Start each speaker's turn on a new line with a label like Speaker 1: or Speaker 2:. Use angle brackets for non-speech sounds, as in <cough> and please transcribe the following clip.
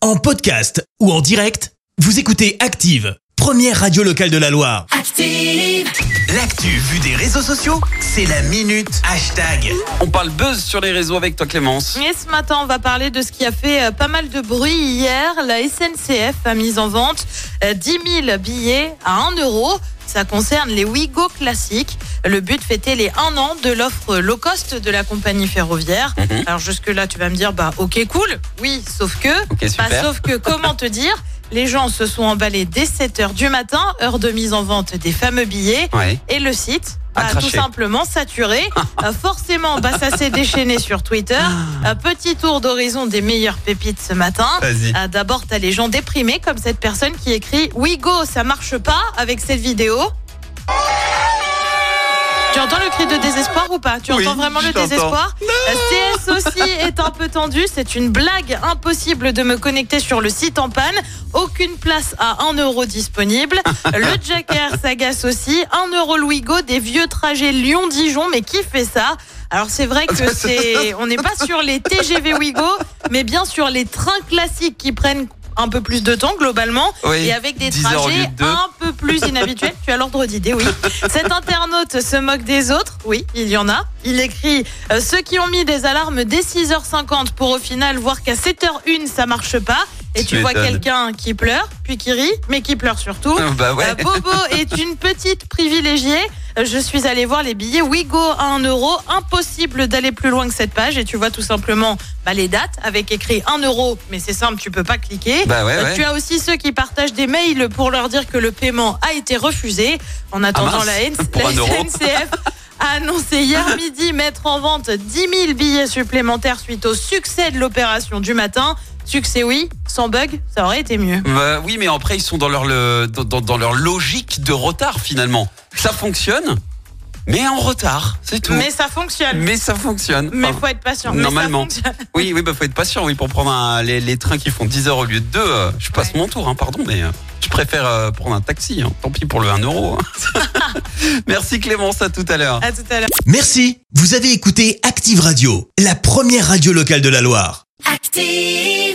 Speaker 1: En podcast ou en direct, vous écoutez Active, première radio locale de la Loire.
Speaker 2: Active.
Speaker 1: L'actu vue des réseaux sociaux, c'est la minute hashtag.
Speaker 3: On parle buzz sur les réseaux avec toi Clémence.
Speaker 4: Et ce matin, on va parler de ce qui a fait euh, pas mal de bruit hier. La SNCF a mis en vente euh, 10 000 billets à 1 euro. Ça concerne les Ouigo classiques. Le but, fêter les 1 an de l'offre low cost de la compagnie ferroviaire. Alors jusque-là, tu vas me dire, bah ok, cool. Oui, sauf que...
Speaker 3: Ok
Speaker 4: Bah,
Speaker 3: super.
Speaker 4: sauf que, comment te dire les gens se sont emballés dès 7h du matin, heure de mise en vente des fameux billets
Speaker 3: Ouais.
Speaker 4: et le site
Speaker 3: A
Speaker 4: a tout
Speaker 3: craché.
Speaker 4: simplement saturé. Euh, Forcément, bah, ça s'est déchaîné sur Twitter. Un petit tour d'horizon des meilleures pépites ce matin.
Speaker 3: Vas-y.
Speaker 4: Euh, D'abord, t'as les gens déprimés, comme cette personne qui écrit Oui, go, ça marche pas avec cette vidéo. Tu entends le cri de désespoir ou pas Tu
Speaker 3: Oui,
Speaker 4: entends vraiment
Speaker 3: je
Speaker 4: le
Speaker 3: t'entends.
Speaker 4: désespoir CS aussi est un peu tendu. C'est une blague impossible de me connecter sur le site en panne. Aucune place à 1 euro disponible. Le Jacker s'agace aussi. 1 euro Louis Go, des vieux trajets Lyon-Dijon. Mais qui fait ça alors c'est vrai que c'est, on n'est pas sur les TGV Ouigo, mais bien sur les trains classiques qui prennent un peu plus de temps globalement
Speaker 3: Oui,
Speaker 4: et avec des
Speaker 3: 10 heures au lieu
Speaker 4: trajets
Speaker 3: de deux.
Speaker 4: un peu plus inhabituels. tu as l'ordre d'idée,
Speaker 3: <laughs>
Speaker 4: oui. Cet internaute se moque des autres, oui, il y en a. Il écrit euh, Ceux qui ont mis des alarmes dès 6h50 pour au final voir qu'à 7h01 ça marche pas. Et
Speaker 3: Tu
Speaker 4: tu vois
Speaker 3: m'étonnes.
Speaker 4: quelqu'un qui pleure, puis qui rit, mais qui pleure surtout.
Speaker 3: Bah <laughs> ouais.
Speaker 4: Euh, Bobo est une petite privilégiée. Euh, Je suis allée voir les billets Wigo à 1 euro. Impossible d'aller plus loin que cette page. Et tu vois tout simplement bah, les dates avec écrit 1 euro. Mais c'est simple, tu peux pas cliquer.
Speaker 3: Bah ouais,
Speaker 4: Euh,
Speaker 3: ouais.
Speaker 4: Tu as aussi ceux qui partagent des mails pour leur dire que le paiement a été refusé. En attendant,
Speaker 3: Ah mince,
Speaker 4: la, NC
Speaker 3: pour
Speaker 4: <laughs> la
Speaker 3: un euro.
Speaker 4: SNCF a annoncé hier
Speaker 3: <laughs>
Speaker 4: midi mettre en vente 10 000 billets supplémentaires suite au succès de l'opération du matin. Succès, oui, sans bug, ça aurait été mieux.
Speaker 3: Bah oui, mais après ils sont dans leur le- dans, dans- dans leur logique de retard finalement. Ça fonctionne, mais en retard, c'est tout.
Speaker 4: Mais ça fonctionne.
Speaker 3: Mais ça fonctionne.
Speaker 4: Mais
Speaker 3: Enfin,
Speaker 4: faut être patient.
Speaker 3: Normalement.
Speaker 4: Mais ça fonctionne.
Speaker 3: oui, oui, bah faut être patient. Oui, pour prendre un- les, les trains qui font 10 heures au lieu de 2 je passe
Speaker 4: Ouais.
Speaker 3: mon tour. hein, pardon, mais euh, je préfère euh, prendre un taxi. hein. Tant pis pour le 1 euro. hein. <laughs> Merci Clémence, à tout à l'heure.
Speaker 4: À tout à l'heure.
Speaker 1: Merci, vous avez écouté Active Radio, la première radio locale de la Loire.
Speaker 2: Active.